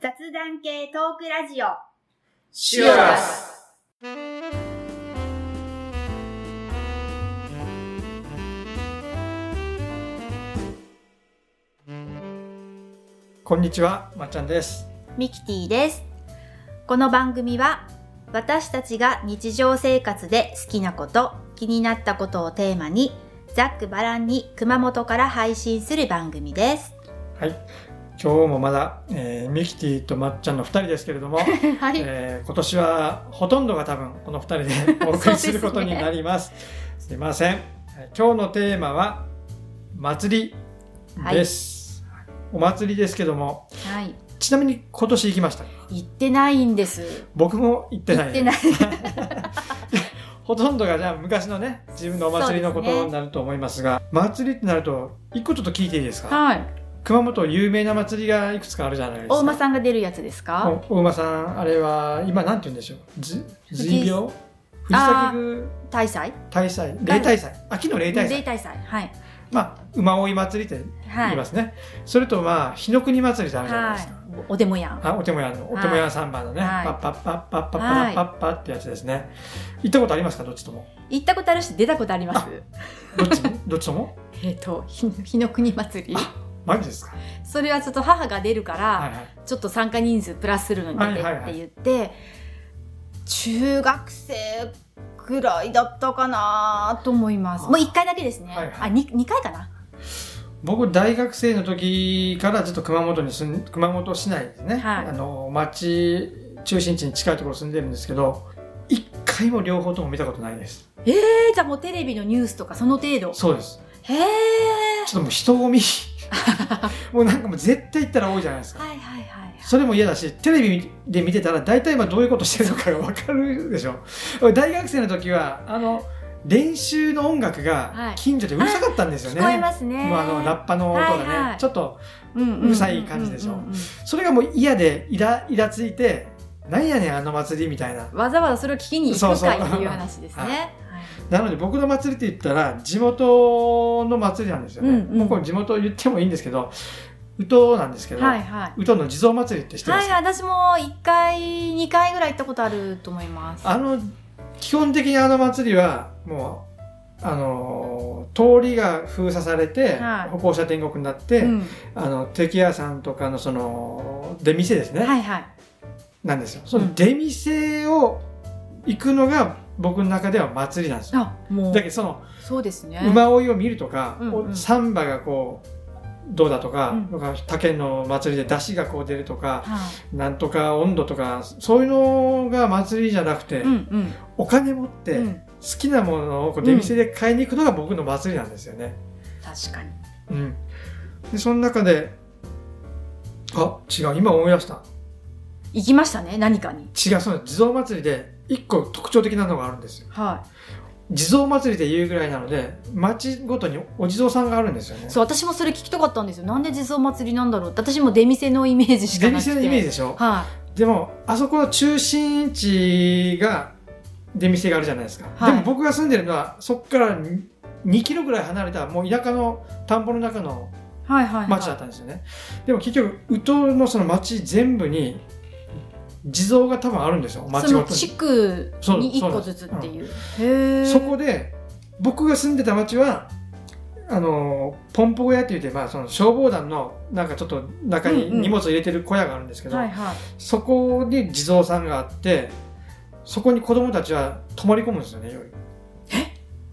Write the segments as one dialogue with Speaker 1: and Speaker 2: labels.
Speaker 1: 雑談系トークラジオ。
Speaker 2: シュアスこんにちは、まっちゃんです。
Speaker 1: ミキティです。この番組は私たちが日常生活で好きなこと、気になったことをテーマにざっくばらんに熊本から配信する番組です。
Speaker 2: はい、今日もまだ、えーミキティとまっちゃんの2人ですけれども、
Speaker 1: は。
Speaker 2: えー今年はほとんどが多分この2人でお送りすることになります。すいません。えー今日のテーマは祭りです。お祭りですけども、
Speaker 1: はい。
Speaker 2: ちなみに今年行きました。
Speaker 1: 行ってないんです。
Speaker 2: 僕も行ってない。
Speaker 1: 行ってない。
Speaker 2: ほとんどがじゃあ昔のね、自分のお祭りのこ
Speaker 1: そうです
Speaker 2: と
Speaker 1: ね
Speaker 2: になると思いますが、祭りってなると、一個ちょっと聞いていいですか
Speaker 1: はい。
Speaker 2: 熊本有名な祭りがいくつかあるじゃないですか。
Speaker 1: 大間さんが出るやつですか？
Speaker 2: お大間さん、あれは、今なんて言うんでしょう。じ、
Speaker 1: 藤
Speaker 2: 随病藤崎宮
Speaker 1: 大祭？
Speaker 2: 大祭。例大祭。秋の例大
Speaker 1: 霊
Speaker 2: 祭。
Speaker 1: 大祭。はい。
Speaker 2: まあ、馬追い祭りって
Speaker 1: は
Speaker 2: 言い
Speaker 1: い
Speaker 2: ま。すね。それとまあ、日の国祭りってあるじゃないですか。
Speaker 1: はい。おでもやん。
Speaker 2: あ、お手もやの、お手もや三番のね、
Speaker 1: はい
Speaker 2: パッパッパッパッパッパッパッパッってやつですね。行ったことありますかどっちとも。
Speaker 1: 行ったことあるし出たことあります。
Speaker 2: どっち、どっちとも
Speaker 1: えっ、と日 日の国祭り。
Speaker 2: マジですか
Speaker 1: それはちょっと母が出るから、
Speaker 2: はいはい。
Speaker 1: ちょっと参加人数プラスするのに出てって言って、中学生くらいだったかなと思います。もう一回だけですね。
Speaker 2: はいはい
Speaker 1: あ、に二回かな。
Speaker 2: 僕大学生の時からずっと熊本に住ん熊本市内ですね、
Speaker 1: はい
Speaker 2: あの町中心地に近いところ住んでるんですけど一回も両方とも見たことないです
Speaker 1: えー、じゃあもうテレビのニュースとかその程度。
Speaker 2: そうです
Speaker 1: へえ。
Speaker 2: ちょっともう人混みもうなんかもう絶対行ったら多いじゃないですか
Speaker 1: はいはいはいはい。
Speaker 2: それも嫌だしテレビで見てたら大体今どういうことしてるのかが分かるでしょ俺大学生の時はあの練習の音楽
Speaker 1: は
Speaker 2: が
Speaker 1: い
Speaker 2: 近所でうるさかったんですよね、
Speaker 1: 聞こえますね。
Speaker 2: もうあのラッパの音がね、
Speaker 1: はいはい
Speaker 2: ちょっと
Speaker 1: うん
Speaker 2: うるさい感じでし
Speaker 1: う
Speaker 2: ょ
Speaker 1: んうんうん
Speaker 2: それがもう嫌でイライラついてなんやねんあの祭りみたいな
Speaker 1: わざわざそれを聞きに行くかいっていう話ですね。
Speaker 2: そうそう
Speaker 1: はい
Speaker 2: なので僕の祭りって言ったら地元の祭りなんですよね、
Speaker 1: うんうん
Speaker 2: 僕は地元言ってもいいんですけど宇都なんですけど、
Speaker 1: はいはい。
Speaker 2: 宇都の地蔵祭りって知ってま
Speaker 1: は
Speaker 2: す
Speaker 1: い、
Speaker 2: か、
Speaker 1: 私も1回、2回ぐらい行ったことあると思います。
Speaker 2: あの基本的にあの祭りはもうあのー通りが封鎖されて、
Speaker 1: はい
Speaker 2: 歩行者天国になって、
Speaker 1: うん、
Speaker 2: あの敵屋さんとかのその出店ですね、
Speaker 1: はいはい。
Speaker 2: なんですよそうの
Speaker 1: ん
Speaker 2: 出店を行くのが僕の中では祭りなんですよ、
Speaker 1: あ、もう
Speaker 2: だ、けどその
Speaker 1: そうですね。
Speaker 2: 馬追いを見るとか、
Speaker 1: うんうん
Speaker 2: サンバがこうどうだとか,、
Speaker 1: うん
Speaker 2: か他県の祭りで出汁がこう出るとか
Speaker 1: は
Speaker 2: なんとか温度とかそういうのが祭りじゃなくて、
Speaker 1: い。うんうん。
Speaker 2: お金持って
Speaker 1: う
Speaker 2: 好
Speaker 1: ん、
Speaker 2: きなものをこう出店で買いに行くのが僕の祭りなんですよね。
Speaker 1: 確かに。
Speaker 2: うん、でその中であ違う今思い出した
Speaker 1: 行きましたね、何かに。
Speaker 2: 違うその地蔵祭りで一個特徴的なのがあるんですよ。
Speaker 1: は
Speaker 2: 地蔵祭りで言うぐらいなので町ごとにお地蔵さんがあるんですよね
Speaker 1: い。。そう、私もそれ聞きたかったんですよ。なんで地蔵祭りなんだろうって私も出店のイメージしか
Speaker 2: 出
Speaker 1: なくて。
Speaker 2: 店のイメージでしょ、
Speaker 1: は
Speaker 2: でもあそこの中心地が出店があるじゃないですか、
Speaker 1: はい
Speaker 2: でも僕が住んでるのはそこから2 2キロぐらい離れたもう田舎の田んぼの中の
Speaker 1: い。はいはい、はい。
Speaker 2: 町だったんですよね、でも結局宇都のその町全部に地蔵が多分あるんですよ町
Speaker 1: そ
Speaker 2: ご
Speaker 1: の
Speaker 2: とに
Speaker 1: 地区に1
Speaker 2: そ
Speaker 1: 個
Speaker 2: うそうなん
Speaker 1: ず
Speaker 2: です
Speaker 1: つっていう。へえ。
Speaker 2: そこで僕が住んでた町はあのポンポ小屋って言って、まあ、その消防団のなんかちょっと中に
Speaker 1: うんうん
Speaker 2: 荷物を入れてる小屋があるんですけど、
Speaker 1: はいはい。
Speaker 2: そこに地蔵さんがあってそこに子供たちは泊まり込むんですよね夜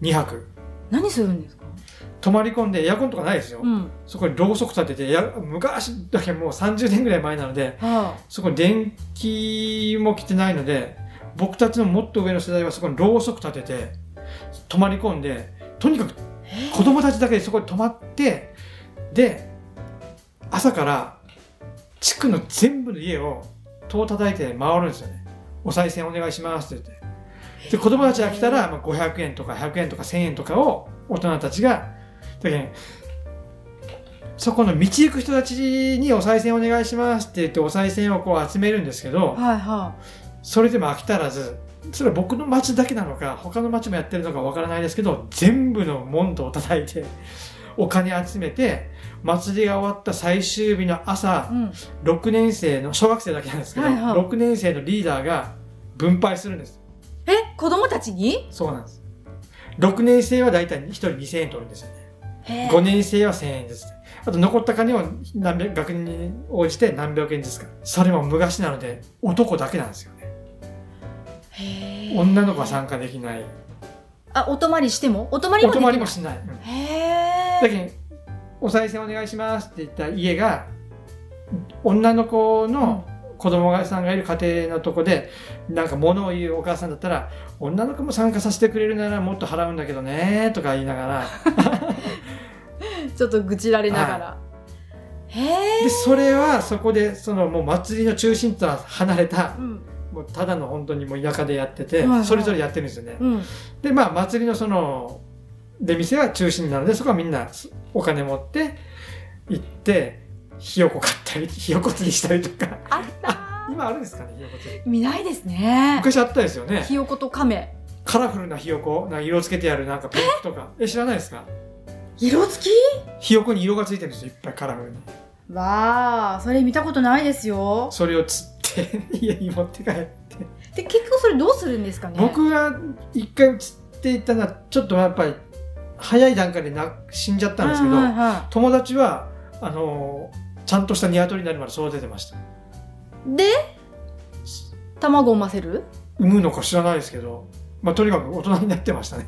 Speaker 2: 2泊
Speaker 1: 何するんですか
Speaker 2: 泊まり込んでエアコンとかないですよ、
Speaker 1: うん。
Speaker 2: そこにろうそく立ててや昔だけもう30年ぐらい前なので
Speaker 1: は
Speaker 2: そこに電気も来てないので僕たちのもっと上の世代はそこにろうそく立てて泊まり込んでとにかく
Speaker 1: い。え
Speaker 2: 子供たちだけでそこに泊まってで朝から地区の全部の家を戸を叩いて回るんですよねお賽銭お願いしますって言ってで子供たちが来たら、まあ、500円とか100円とか1000円とかを大人たちがだけどねそこの道行く人たちにお賽銭お願いしますって言ってお賽銭をこう集めるんですけど
Speaker 1: はいはい。
Speaker 2: それでも飽き足らずそれは僕の町だけなのか他の町もやってるのかわからないですけど全部の門戸を叩いてお金集めて祭りが終わった最終日の朝、
Speaker 1: うん。
Speaker 2: 6年生の、小学生だけなんですけど、
Speaker 1: はいはい
Speaker 2: 6年生のリーダーが分配するんです。
Speaker 1: え、子供たちに
Speaker 2: そうなんです。6年生は大体1人2000円取るんですよ
Speaker 1: へ
Speaker 2: ね。5年生は1000円です。あと残った金を何百、学年に応じて何百円ですか。それも無菓子なので、男だけなんですよね。
Speaker 1: へー
Speaker 2: 女の子は参加できない。
Speaker 1: あ、お泊まりしてもお泊まり
Speaker 2: お
Speaker 1: もで
Speaker 2: 泊
Speaker 1: きな
Speaker 2: ま
Speaker 1: い
Speaker 2: りもしない。うん
Speaker 1: へ
Speaker 2: だ
Speaker 1: ー
Speaker 2: けどお賽銭お願いしますって言った家が女の子の子供がさんがいる家庭のとこでなんか物を言うお母さんだったら女の子も参加させてくれるならもっと払うんだけどねとか言いながら
Speaker 1: ちょっと愚痴られながら。へえ。
Speaker 2: でそれはそこでそのもう祭りの中心とは離れた
Speaker 1: うん。
Speaker 2: もうただの本当にもう田舎でやってて
Speaker 1: はいはい
Speaker 2: それぞれやってるんですよね。
Speaker 1: うん。
Speaker 2: でまあ祭りのその出店は中心なのでそこはみんなお金持って行ってひよこ買ったり ひよこ釣りしたりとか
Speaker 1: あったー
Speaker 2: 今あるんですかねひよこ釣り
Speaker 1: 見ないですね。
Speaker 2: 昔あったですよね
Speaker 1: ひよことカメ。
Speaker 2: カラフルなひよこなんか色つけてあるなんかピンクとかえ知らないですか
Speaker 1: 色付
Speaker 2: ひよこに色がついてるんですよいっぱいカラフルな
Speaker 1: きわあ、それ見たことないですよ。
Speaker 2: それを釣って 家に持って帰って
Speaker 1: で、結局それどうするんですかね
Speaker 2: 僕が一回釣っていったのはちょっとやっぱり早い段階でな死んじゃったんですけど
Speaker 1: はいはいは
Speaker 2: 友達はあのちゃんとした鶏になるまで育ててました
Speaker 1: いで、卵を産ませる
Speaker 2: 産むのか知らないですけど、まあ、とにかく大人になってましたね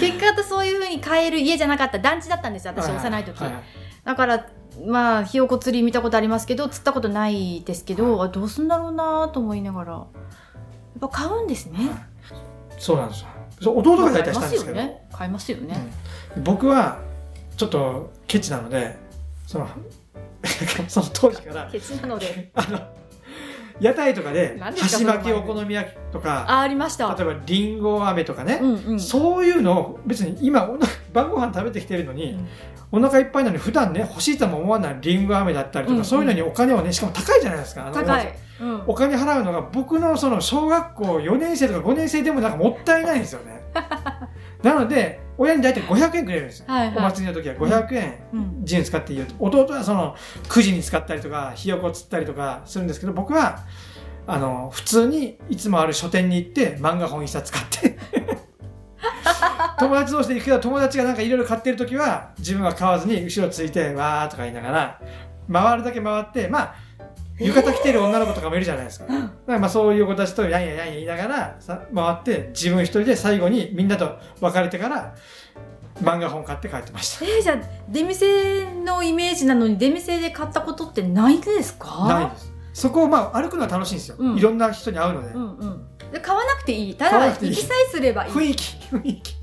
Speaker 1: 結果とそういう風に買える家じゃなかった団地だったんですよ私
Speaker 2: は
Speaker 1: 幼い時、
Speaker 2: はは
Speaker 1: だからまあひよこ釣り見たことありますけど釣ったことないですけど、あどうすんだろうなと思いながらやっぱ買うんですね
Speaker 2: そうなんですよそう弟が
Speaker 1: 買
Speaker 2: 大体
Speaker 1: い
Speaker 2: し
Speaker 1: ま
Speaker 2: たん
Speaker 1: す
Speaker 2: で
Speaker 1: よ
Speaker 2: すけど、
Speaker 1: ね買いますよね、
Speaker 2: うん僕はちょっとケチなのでその その当時から
Speaker 1: ケチなので
Speaker 2: あの屋台とかで
Speaker 1: 何ですか
Speaker 2: 箸巻き
Speaker 1: その
Speaker 2: お
Speaker 1: 前に
Speaker 2: 好み焼きとか
Speaker 1: あありました
Speaker 2: 例えばりんご飴とかね、
Speaker 1: うんうん
Speaker 2: そういうのを別に今 おな晩ご飯食べてきてるのに、お腹いっぱいなのに普段ね欲しいとも思わないりんご飴だったりとか、
Speaker 1: うんうん
Speaker 2: そういうのにお金をねしかも高いじゃないですかあの
Speaker 1: 高い、うん、
Speaker 2: お金払うのが僕のその小学校4年生とか5年生でもなんかもったいないんですよねなので親に大体500円くれるんですよ、
Speaker 1: はいはい
Speaker 2: お祭りの時は500円
Speaker 1: うん
Speaker 2: 自由に使っていいよ弟はそのくじに使ったりとかひよこ釣ったりとかするんですけど僕はあの普通にいつもある書店に行って漫画本一冊買って友達同士で行くけど友達がなんかいろいろ買ってる時は自分は買わずに後ろついてわーとか言いながら回るだけ回ってまあ浴衣着てる女の子とかもいるじゃないですか。だからまあそういう子たちとやんややんや言いながらさ回って自分一人で最後にみんなと別れてから漫画本買って帰ってました。
Speaker 1: えー、じゃあ出店のイメージなのに出店で買ったことってないですか
Speaker 2: ないですそこをまあ歩くのは楽しいんですよ、
Speaker 1: うん
Speaker 2: いろんな人に会うので、
Speaker 1: うんうんで買わなくていいた
Speaker 2: 買わ
Speaker 1: だ
Speaker 2: なくていい
Speaker 1: 行きさえすればいい
Speaker 2: 雰囲気雰囲気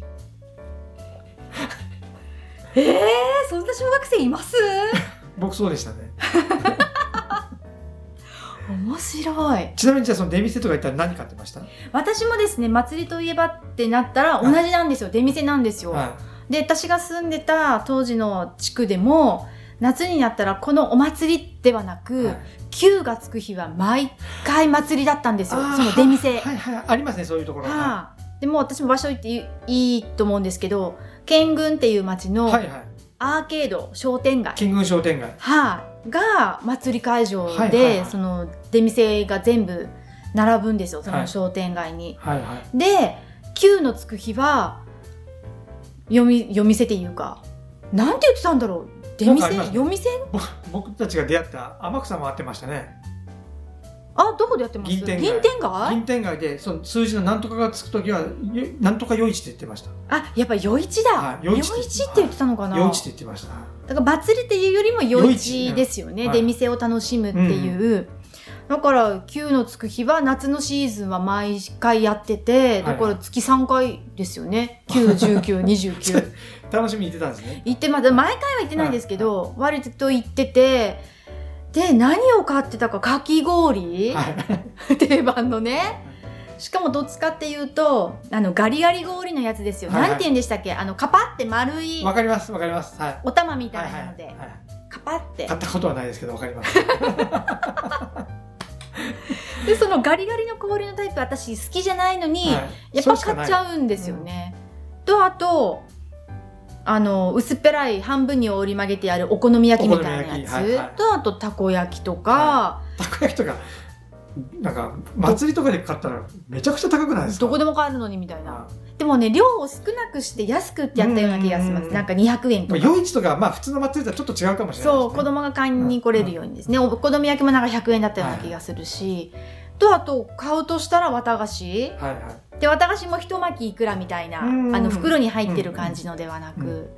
Speaker 1: えー、そんな小学生います
Speaker 2: 僕そうでしたね
Speaker 1: 面白い
Speaker 2: ちなみにじゃあその出店とか行ったら何買ってました、
Speaker 1: 私もですね祭りといえばってなったら同
Speaker 2: はい
Speaker 1: じなんですよ出店なんですよ、
Speaker 2: は
Speaker 1: で私が住んでた当時の地区でも夏になったらこのお祭りではないく、
Speaker 2: はい
Speaker 1: 9がつく日は毎回祭りだったんですよ
Speaker 2: あー
Speaker 1: その出店
Speaker 2: はいはいありますねそういうところは
Speaker 1: はあ、でも私も場所行っていいいいと思うんですけど県軍っていう町
Speaker 2: い
Speaker 1: の
Speaker 2: はいはい
Speaker 1: アーケード商店街、
Speaker 2: 金軍商店街
Speaker 1: はいが祭り会場で、
Speaker 2: はいはいはい
Speaker 1: その出店が全部並ぶんですよそ
Speaker 2: は
Speaker 1: の
Speaker 2: い
Speaker 1: 商店街に。
Speaker 2: はいはい
Speaker 1: で「9」のつく日は読み読みせていうかなんて言ってたんだろう出
Speaker 2: なんかあ
Speaker 1: 店
Speaker 2: りますね
Speaker 1: 読みせ
Speaker 2: 僕僕たちが出会った天草もあってましたね
Speaker 1: あどこでやってます
Speaker 2: 銀天街
Speaker 1: 街
Speaker 2: 銀天街でその数字の何とかがつく時はよ何とか余市って言ってました
Speaker 1: あやっぱ余市だ
Speaker 2: はい
Speaker 1: 余
Speaker 2: 余
Speaker 1: 市
Speaker 2: 市
Speaker 1: って言ってたのかな
Speaker 2: 余市って言ってました
Speaker 1: だから祭りっていうよりも夜
Speaker 2: 夜
Speaker 1: 市
Speaker 2: 市
Speaker 1: ですよね、
Speaker 2: うん
Speaker 1: 出店を楽しむっていう、だから9のつく日は夏のシーズンは毎回やっててだから月3回ですよね、91929
Speaker 2: 楽しみに行ってたんですね
Speaker 1: 行ってまだ毎回は行ってないんですけど、割と行っててで何を買ってたかかき氷、
Speaker 2: は い
Speaker 1: 定番のねしかもどっちかっていうとあのガリガリ氷のやつですよ、
Speaker 2: はいはい
Speaker 1: なんて言うんでしたっけあのカパって丸い
Speaker 2: わかりますわかりますはい
Speaker 1: お玉みた
Speaker 2: はい
Speaker 1: い
Speaker 2: はい
Speaker 1: なので、
Speaker 2: はい
Speaker 1: カパって
Speaker 2: 買ったことはないですけどわかります
Speaker 1: でそのガリガリの氷のタイプ私好きじゃないのに、
Speaker 2: はい
Speaker 1: やっ
Speaker 2: そ
Speaker 1: ぱ
Speaker 2: れし
Speaker 1: 買
Speaker 2: かな
Speaker 1: っ
Speaker 2: い
Speaker 1: ちゃうんですよね。とあとあの薄っぺらい半分に折り曲げてやるお好み焼きみたいなやつ、
Speaker 2: お好み焼きはいはい
Speaker 1: とあとたこ焼きとか、
Speaker 2: たこ焼きとかなんか祭りとかで買ったらめちゃくちゃ高くないですか
Speaker 1: どこでも買えるのにみたいなでもね量を少なくして安くってやったような気がしま
Speaker 2: う
Speaker 1: す
Speaker 2: ん
Speaker 1: なんか200円と
Speaker 2: まあ、
Speaker 1: か
Speaker 2: 夜市とか、まあ、普通の祭りとはちょっと違うかもしれないです、ね、
Speaker 1: そう子供が買いに来れるようにですね、お好み焼きもなんか100円だったような気がするし、とあと買うとしたら綿菓子
Speaker 2: はいはい
Speaker 1: で綿菓子も一巻きいくらみたいな、
Speaker 2: うん
Speaker 1: あの袋に入ってる感じのではなく、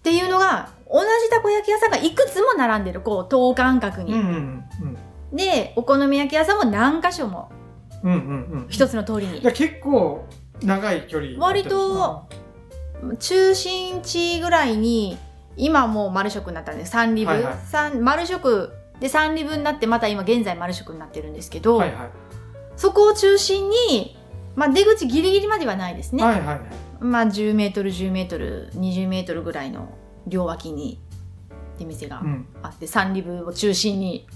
Speaker 1: っていうのが同じたこ焼き屋さんがいくつも並んでるこう等間隔に、
Speaker 2: うんうん
Speaker 1: でお好み焼き屋さんも何箇所も
Speaker 2: うんうんうんうん
Speaker 1: 一つの通りに
Speaker 2: いや結構長い距離
Speaker 1: 割と中心地ぐらいに今もう丸食になったんです3リブ、
Speaker 2: はいはい
Speaker 1: 三丸食で3リブになってまた今現在丸食になってるんですけど、
Speaker 2: はいはい、
Speaker 1: そこを中心に、まあ、出口ギリギリまではないですね、
Speaker 2: はいはいはい
Speaker 1: まあ、10メートル10メートル20メートルぐらいの両脇にで店が
Speaker 2: うん、
Speaker 1: あって、3リブを中心に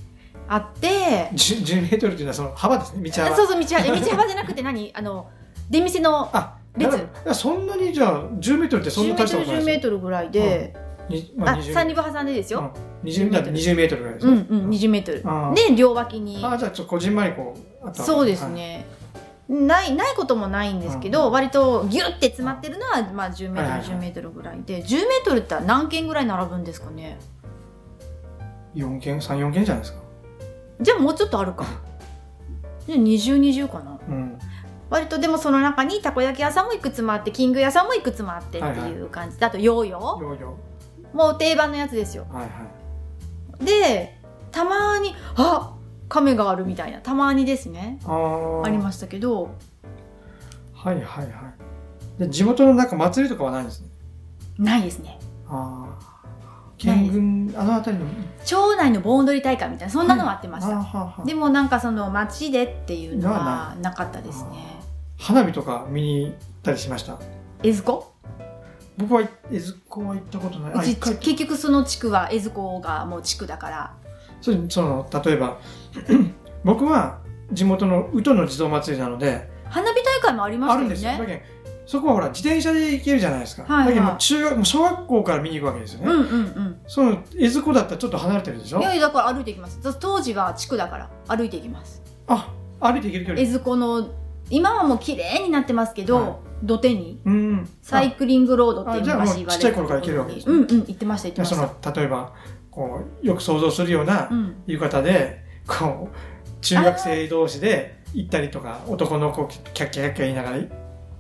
Speaker 1: あって
Speaker 2: 10, 10メートルというのはその幅ですね道幅
Speaker 1: そうそう道幅道幅じゃなくて何あの出店の
Speaker 2: あ
Speaker 1: 列
Speaker 2: なるほどいやそんなにじゃあ10メートルってそん
Speaker 1: 10
Speaker 2: な
Speaker 1: メー
Speaker 2: 大し
Speaker 1: トル
Speaker 2: たことない
Speaker 1: 10
Speaker 2: で
Speaker 1: メ
Speaker 2: す
Speaker 1: ー
Speaker 2: よ
Speaker 1: トルぐらいで、
Speaker 2: に
Speaker 1: あ
Speaker 2: まあ、
Speaker 1: 3
Speaker 2: 20
Speaker 1: リブ挟んでですよ、
Speaker 2: うん20だから20メートルぐらいです
Speaker 1: うん
Speaker 2: ね
Speaker 1: うん、20メートル。
Speaker 2: あー
Speaker 1: で、両脇に。
Speaker 2: あーじゃあちょっとこじんまりこうあった
Speaker 1: そうですね。ない、ないこともないんですけど、割とギュって詰まってるのは、まあ10メ
Speaker 2: はいは
Speaker 1: ー
Speaker 2: い
Speaker 1: ト
Speaker 2: はい
Speaker 1: ル、10メートルぐらいで、10メートルって何軒ぐらい並ぶんですかね。
Speaker 2: 4軒34軒じゃないですか、
Speaker 1: じゃあもうちょっとあるか。じゃあ20、20かな。
Speaker 2: うん、
Speaker 1: 割とでもその中にたこ焼き屋さんもいくつもあって、キング屋さんもいくつもあってっていう感じ。あとヨーヨ
Speaker 2: よいよ
Speaker 1: ーもう定番のやつですよ。
Speaker 2: はいはい
Speaker 1: で、たまに、あ亀があるみたいな、たまにですね。
Speaker 2: あー
Speaker 1: ありましたけど、
Speaker 2: はいはいはいで地元のなんか祭りとかはないんですね
Speaker 1: ないですね。
Speaker 2: ああ県軍あの辺りの
Speaker 1: 町内の盆踊り大会みたいなそんなのはあってました、
Speaker 2: あーはーはー
Speaker 1: でもなんかその町でっていうのはなかったですね
Speaker 2: 花火とか見に行ったりしました
Speaker 1: 江津湖
Speaker 2: 僕は江津湖は行ったことないうあ
Speaker 1: ち
Speaker 2: 一回
Speaker 1: 結局その地区は江津湖がもう地区だから
Speaker 2: それその例えば 僕は地元の宇都の地蔵祭りなので
Speaker 1: 花火大会もありま
Speaker 2: あ
Speaker 1: し
Speaker 2: るん
Speaker 1: た
Speaker 2: で
Speaker 1: よ
Speaker 2: すよだ
Speaker 1: ね
Speaker 2: けどそこはほら自転車で行けるじゃないですか、
Speaker 1: はいはい
Speaker 2: だけどもう中学もう小学校から見に行くわけですよね、
Speaker 1: うんうん
Speaker 2: その江津湖だったらちょっと離れてるでし
Speaker 1: うん
Speaker 2: ょ
Speaker 1: いやいやだから歩いていきますだ当時は地区だから歩いていきます
Speaker 2: あ歩いて行ける距
Speaker 1: 江
Speaker 2: 離
Speaker 1: 津湖の今はもう綺麗になってますけど、
Speaker 2: はい
Speaker 1: 土手に
Speaker 2: うん
Speaker 1: サイクリングロードって
Speaker 2: あ
Speaker 1: いう
Speaker 2: じゃあ
Speaker 1: 昔
Speaker 2: も
Speaker 1: 言
Speaker 2: う
Speaker 1: わ
Speaker 2: ちっ
Speaker 1: れ
Speaker 2: ちゃい
Speaker 1: て
Speaker 2: 頃から行けるわけですね
Speaker 1: うんうん行ってました行って
Speaker 2: あ
Speaker 1: まし
Speaker 2: そ
Speaker 1: た
Speaker 2: の例えばこうよく想像するような
Speaker 1: うん
Speaker 2: 浴衣でこう中学生同士で行ったりとか男の子キャッキャキャッキャ言いながら、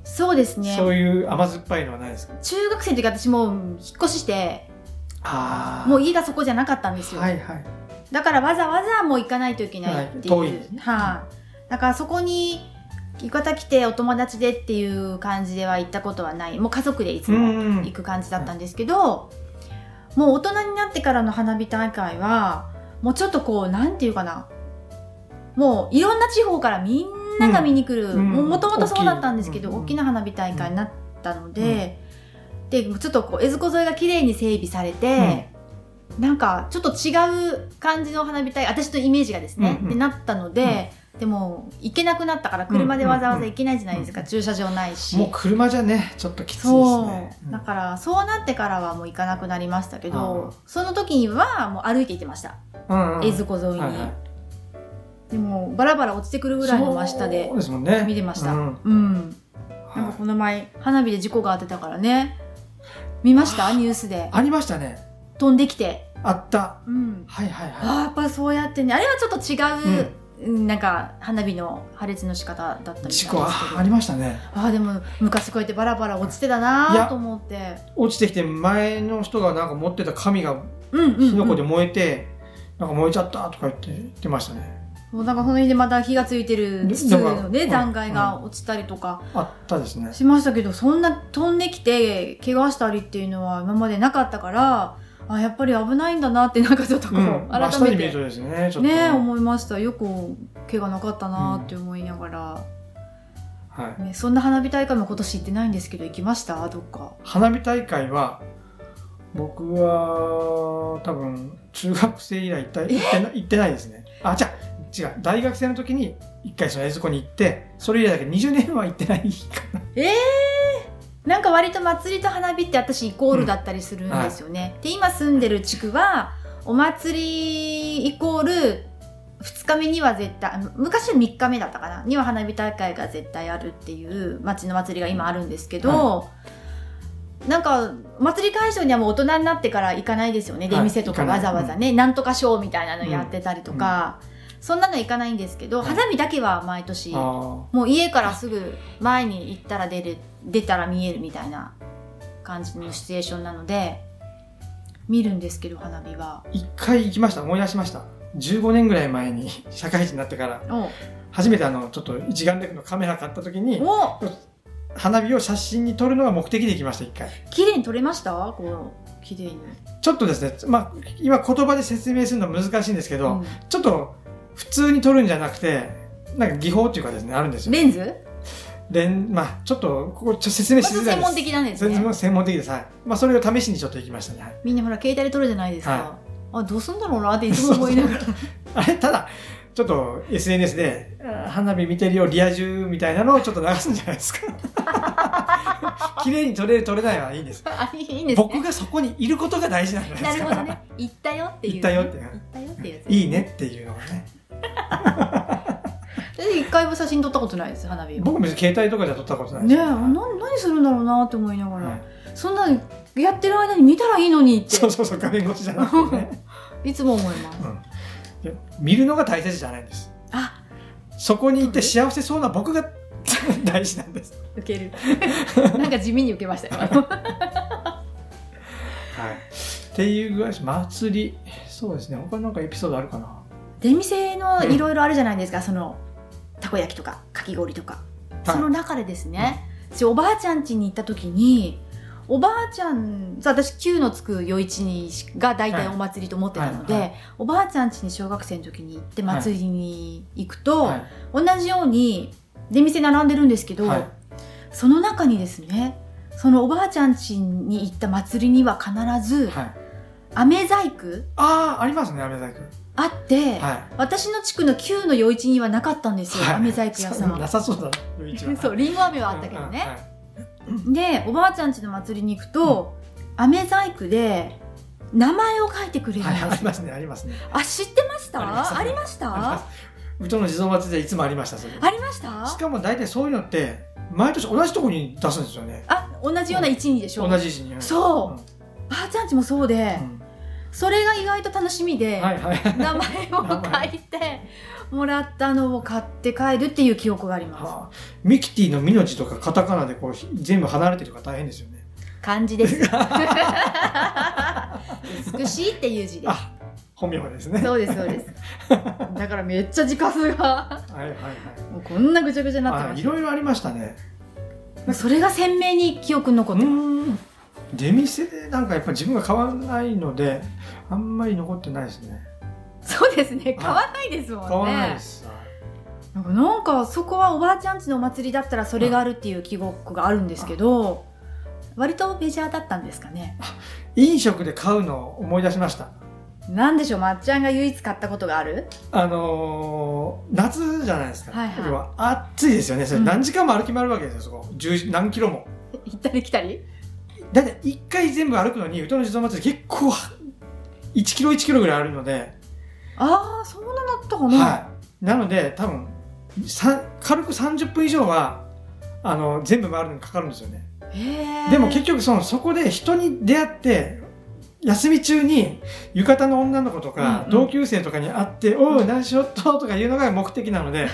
Speaker 1: そうですね
Speaker 2: そういう甘酸っぱいのはないですか
Speaker 1: 中学生の時私もう引っ越しして
Speaker 2: あ
Speaker 1: もう家がそこじゃなかったんですよ、
Speaker 2: はいはい
Speaker 1: だからわざわざもう行かないといけないっていう、
Speaker 2: は
Speaker 1: はいい
Speaker 2: 遠いですね
Speaker 1: だからそこに浴衣着てお友達でっていう感じでは行ったことはないもう家族でいつも
Speaker 2: ん
Speaker 1: 行く感じだったんですけど、もう大人になってからの花火大会はもうちょっとこうなんていうかなもういろんな地方からみんなが見に来る、
Speaker 2: うん
Speaker 1: もうもともとそうだったんですけど、
Speaker 2: 大きいうん
Speaker 1: 大きな花火大会になったので、でもうちょっとこう江津湖沿いが綺麗に整備されて、なんかちょっと違う感じの花火大会私のイメージがですね、
Speaker 2: うんうん
Speaker 1: ってなったので、でも行けなくなったから車でわざわざ行けないじゃないですか、
Speaker 2: うん
Speaker 1: 駐車場ないし。
Speaker 2: もう車じゃねちょっときついです
Speaker 1: そう、
Speaker 2: ねうん
Speaker 1: だからそうなってからはもう行かなくなりましたけ
Speaker 2: ああ
Speaker 1: どその時にはもう歩いて行ってました
Speaker 2: うんうん
Speaker 1: 江津湖沿いに、
Speaker 2: はいはい
Speaker 1: でもバラバラ落ちてくるぐらいの真下で
Speaker 2: そうですもんね
Speaker 1: 見てました
Speaker 2: う
Speaker 1: うんん、
Speaker 2: はい
Speaker 1: なんかこの前花火で事故があってたからね見ましたニュースで
Speaker 2: ありましたね
Speaker 1: 飛んできて
Speaker 2: あった
Speaker 1: うん
Speaker 2: はいはいは
Speaker 1: ああやっぱりそうやってねあれはちょっと違う、うんなんか花火の破裂の仕方だったみたい
Speaker 2: い
Speaker 1: です
Speaker 2: 事
Speaker 1: けど
Speaker 2: 故はありましたね
Speaker 1: ああでも昔こうやってバラバラ落ちてた
Speaker 2: い
Speaker 1: な
Speaker 2: や
Speaker 1: ーと思って
Speaker 2: 落ちてきて前の人がなんか持ってた紙が
Speaker 1: うんうん、うん、
Speaker 2: 火の粉で燃えて、なんか燃えちゃったとか言って言ってましたね
Speaker 1: もうなんかその日でまた火がついてる
Speaker 2: で
Speaker 1: 筒の
Speaker 2: う
Speaker 1: ね
Speaker 2: ん
Speaker 1: 残骸が落ちたりとか
Speaker 2: あったですね
Speaker 1: しましたけどそんな飛んできて怪我したりっていうのは今までなかったからあやっぱり危ないんだなってなんかちょっとこう、
Speaker 2: うん、真
Speaker 1: 改
Speaker 2: 下に
Speaker 1: め
Speaker 2: 見ると
Speaker 1: て
Speaker 2: ですねちょっと
Speaker 1: ね思いましたよく怪我なかったなって思いながら、
Speaker 2: はい、
Speaker 1: ね、そんな花火大会も今年行ってないんですけど行きましたどっか
Speaker 2: 花火大会は僕は多分中学生以来行った行ってな行ってないですねあじゃ違う大学生の時に一回その江津湖に行ってそれ以来だけど20年は行ってないかな
Speaker 1: ええなんか割と祭りと花火って私イコールだったりするんですよね。で今住んでる地区はお祭りイコール2日目には絶対昔は3日目だったかなには花火大会が絶対あるっていう町の祭りが今あるんですけど、なんか祭り会場にはもう大人になってから行かないですよね出
Speaker 2: はい
Speaker 1: 店とか
Speaker 2: 行
Speaker 1: わ
Speaker 2: かない
Speaker 1: ざわざね、なんとかショーみたいなのやってたりとか、そんなの行かないんですけど
Speaker 2: はい
Speaker 1: 花火だけは毎年。
Speaker 2: あ
Speaker 1: もう家からすぐ前に行ったら出る出たら見えるみたいな感じのシチュエーションなので見るんですけど花火は
Speaker 2: あ。一回行きました思い出しました15年ぐらい前に社会人になってから
Speaker 1: お
Speaker 2: 初めてあのちょっと一眼レフのカメラ買った時に
Speaker 1: お
Speaker 2: 花火を写真に撮るのが目的で行きました一回
Speaker 1: 綺麗に撮れましたこう綺麗に、
Speaker 2: ちょっとですねまあ今言葉で説明するのは難しいんですけ
Speaker 1: う
Speaker 2: ど、
Speaker 1: ん、
Speaker 2: ちょっと普通に撮るんじゃなくてなんか技法っていうかですねあるんですよ
Speaker 1: レンズ
Speaker 2: レンまあちょっとここちょっと説明
Speaker 1: ま
Speaker 2: し
Speaker 1: ず
Speaker 2: づらい
Speaker 1: 専
Speaker 2: です
Speaker 1: 門的なんです
Speaker 2: 全
Speaker 1: ね
Speaker 2: 然専門的です。はい。まあ、それを試しにちょっと行きましたね。はい
Speaker 1: みんなほら携帯で撮るじゃないですか、
Speaker 2: は
Speaker 1: あどうすんだろうなっていつも思いな がら
Speaker 2: あれ、ただ、ちょっと SNS で、あー花火見てるよ、リア充みたいなのをちょっと流すんじゃないですか。 綺麗に撮れる、撮れないはいいんです。
Speaker 1: あいいんですね
Speaker 2: 僕がそこにいることが大事なんじゃない
Speaker 1: な
Speaker 2: で
Speaker 1: る
Speaker 2: す
Speaker 1: ほ
Speaker 2: か。
Speaker 1: どね行ったよっていう、ね、
Speaker 2: 行ったよっていう
Speaker 1: 行ったよっていうやつ
Speaker 2: いいねっていうのがね。
Speaker 1: 私一回も写真撮ったことないです花火
Speaker 2: 僕も別に携帯とかでは撮ったことない
Speaker 1: ねえ
Speaker 2: は
Speaker 1: ない何するんだろうなって思いながら、
Speaker 2: はい
Speaker 1: そんなのやってる間に見たらいいのにって
Speaker 2: そうそうそう、画面越しじゃなく てね。
Speaker 1: いつも思います。
Speaker 2: いや見るのが大切じゃないんです。
Speaker 1: あ
Speaker 2: そこにいて幸せそうな僕が 大事なんです。
Speaker 1: 受ける なんか地味に受けました よ
Speaker 2: はい、っていうぐらいです祭りそうですね他なんかエピソードあるかな
Speaker 1: 出店のいろいろあるじゃないですかそのたこ焼きとかかき氷とかその中でですね、私おばあちゃん家に行った時におばあちゃんさ私9のつく余市にしが大体お祭りと思ってたので、
Speaker 2: はいは
Speaker 1: おばあちゃん家に小学生の時に行って祭りに行くと、
Speaker 2: はい
Speaker 1: 同じように出店並んでるんですけど、
Speaker 2: はい
Speaker 1: その中にですねそのおばあちゃん家に行った祭りには必ず
Speaker 2: はい、
Speaker 1: 飴細工
Speaker 2: ああありますね飴細工
Speaker 1: あって、
Speaker 2: は
Speaker 1: 私の地区の旧の余市にはなかったんです
Speaker 2: い
Speaker 1: よ、
Speaker 2: はい
Speaker 1: 飴細工屋さ
Speaker 2: そうんなさそうだな余一 は
Speaker 1: そうりんご飴はあったけど
Speaker 2: うんうん
Speaker 1: ね、
Speaker 2: はい
Speaker 1: でおばあちゃん家の祭りに行くと、飴細工で名前を書いてくれるんです
Speaker 2: はい
Speaker 1: よ、
Speaker 2: ありますねありますね
Speaker 1: あ知ってましたあ
Speaker 2: あ
Speaker 1: り
Speaker 2: り
Speaker 1: ました
Speaker 2: ありますうちの地蔵祭りでいつもありましたそれ
Speaker 1: ありました
Speaker 2: しかも大体そういうのって毎年同じとこに出すんですよね
Speaker 1: あ同じような一位でしょ、
Speaker 2: 同じ時に
Speaker 1: そう
Speaker 2: うん
Speaker 1: ばあちゃん家もそうで、それが意外と楽しみで、
Speaker 2: うんはいはい
Speaker 1: 名前を書いてもらったのを買って帰るっていう記憶があります
Speaker 2: はあミキティの「ミ」の字とかカタカナでこうひ全部離れてるから大変ですよね
Speaker 1: 漢字です 美しいっていう字です
Speaker 2: あ本名ですね
Speaker 1: そうですそうですだからめっちゃ自家数が
Speaker 2: はいはいはい
Speaker 1: もうこんなぐちゃぐちゃになって
Speaker 2: あ
Speaker 1: ま
Speaker 2: い
Speaker 1: し
Speaker 2: ろいろありましたね
Speaker 1: たそれが鮮明に記憶に残
Speaker 2: う
Speaker 1: ってます
Speaker 2: ーん出店でなんかやっぱ自分が買わないのであんまり残ってないですね
Speaker 1: そうですね買わないですもんね
Speaker 2: 買わないです、
Speaker 1: なんかなんかそこはおばあちゃんちのお祭りだったらそれがあるっていう記憶があるんですけど割とメジャーだったんですかね
Speaker 2: 飲食で買うのを思い出しました
Speaker 1: なんでしょうまっちゃんが唯一買ったことがある
Speaker 2: あのー夏じゃないですか、
Speaker 1: はいはい
Speaker 2: 要暑いですよねそれ
Speaker 1: うん
Speaker 2: 何時間も歩き回るわけですよそこ10何キロも
Speaker 1: 行ったり来たり
Speaker 2: だって1回全部歩くのに宇都の地蔵祭り結構1キロ1キロぐらいあるので、
Speaker 1: ああそんななったかな、
Speaker 2: はいなので多分さ軽く30分以上はあの全部回るのにかかるんですよね
Speaker 1: へー
Speaker 2: でも結局そのそこで人に出会って休み中に浴衣の女の子と
Speaker 1: うん
Speaker 2: か
Speaker 1: うん
Speaker 2: 同級生とかに会って「おう何しよっと」とかいうのが目的な ので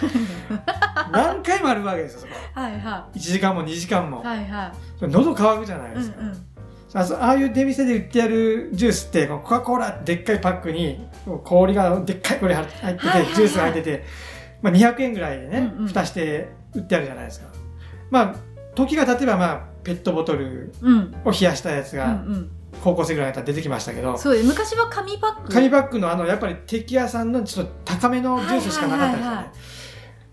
Speaker 2: 何回もあるわけですよそこ
Speaker 1: はいは
Speaker 2: 1時間も2時間
Speaker 1: い
Speaker 2: も
Speaker 1: はいは
Speaker 2: 喉乾くじゃない
Speaker 1: い、
Speaker 2: ですか、
Speaker 1: うんうん
Speaker 2: あそああいう出店で売ってあるジュースってこうコカ・コーラってでっかいパックに氷がでっかい氷入ってて、
Speaker 1: はいはい
Speaker 2: ジュースが入ってて、まあ、200円ぐらいでね、
Speaker 1: うんうん
Speaker 2: 蓋して売ってあるじゃないですかまあ時が経てばまあペットボトル
Speaker 1: うん
Speaker 2: を冷やしたやつ
Speaker 1: う
Speaker 2: が、
Speaker 1: ん
Speaker 2: 高校生ぐらいだったら出てきましたけ
Speaker 1: う
Speaker 2: ど
Speaker 1: ん、そうです昔は紙パック
Speaker 2: 紙パックのあのやっぱり敵屋さんのちょっと高めのジュースしかなかったですよ
Speaker 1: はいはいはい
Speaker 2: ね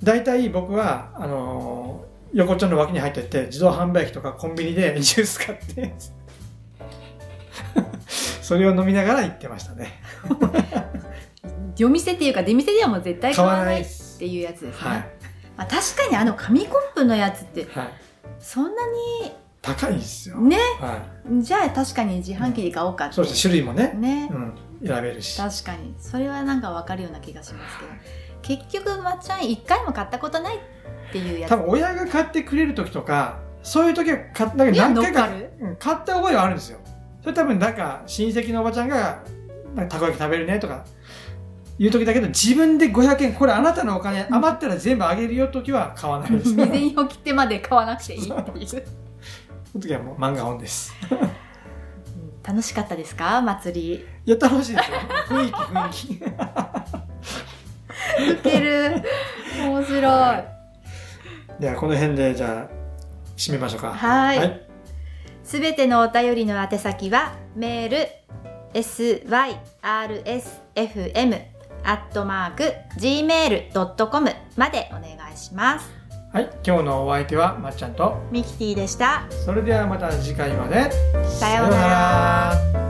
Speaker 2: 大体僕はあのー横丁の脇に入ってって自動販売機とかコンビニでジュース買って それを飲みながら行ってましたね
Speaker 1: 夜店っていうか出店ではもう絶対買
Speaker 2: 買
Speaker 1: わ
Speaker 2: わ
Speaker 1: な
Speaker 2: ない
Speaker 1: い
Speaker 2: で
Speaker 1: っ
Speaker 2: す
Speaker 1: ていうやつですね、
Speaker 2: はい、
Speaker 1: まあ、確かにあの紙コップのやつって
Speaker 2: はい、
Speaker 1: そんなに
Speaker 2: 高いんですよ。
Speaker 1: ね
Speaker 2: は
Speaker 1: じゃあ確かに自販機で買おうかっ
Speaker 2: い。
Speaker 1: て
Speaker 2: そうですね、種類もね、
Speaker 1: ね
Speaker 2: うん、選べるし。
Speaker 1: 確かにそれはなんかわかるような気がしますけど結局まっちゃん一回も買ったことないっていうやつ
Speaker 2: 多分親が買ってくれる時とか、そういう時は買なんか
Speaker 1: いや
Speaker 2: 何
Speaker 1: 乗っ
Speaker 2: 回
Speaker 1: か
Speaker 2: か
Speaker 1: る
Speaker 2: うん買った覚えはあるんですよ。それ多分なんか親戚のおばちゃんが、なんかたこ焼き食べるねとか言う時だけど、自分で500円、これあなたのお金余ったら全部あげるよ時は買わないです
Speaker 1: 未
Speaker 2: ね。
Speaker 1: 然に切ってまで買わなくていいっていう
Speaker 2: その時はもう漫画本です。
Speaker 1: うん 楽しかったですか祭り
Speaker 2: いや、楽しいですよ。雰囲気、雰囲気。
Speaker 1: いける面白い
Speaker 2: ではこの辺でじゃあ締めましょうか
Speaker 1: はい
Speaker 2: はい、
Speaker 1: すべてのお便りの宛先はメール syrsfm アットマーク gmail.com までお願いします
Speaker 2: はい今日のお相手はまっちゃんと
Speaker 1: ミキティでした
Speaker 2: それではまた次回まで
Speaker 1: さようなら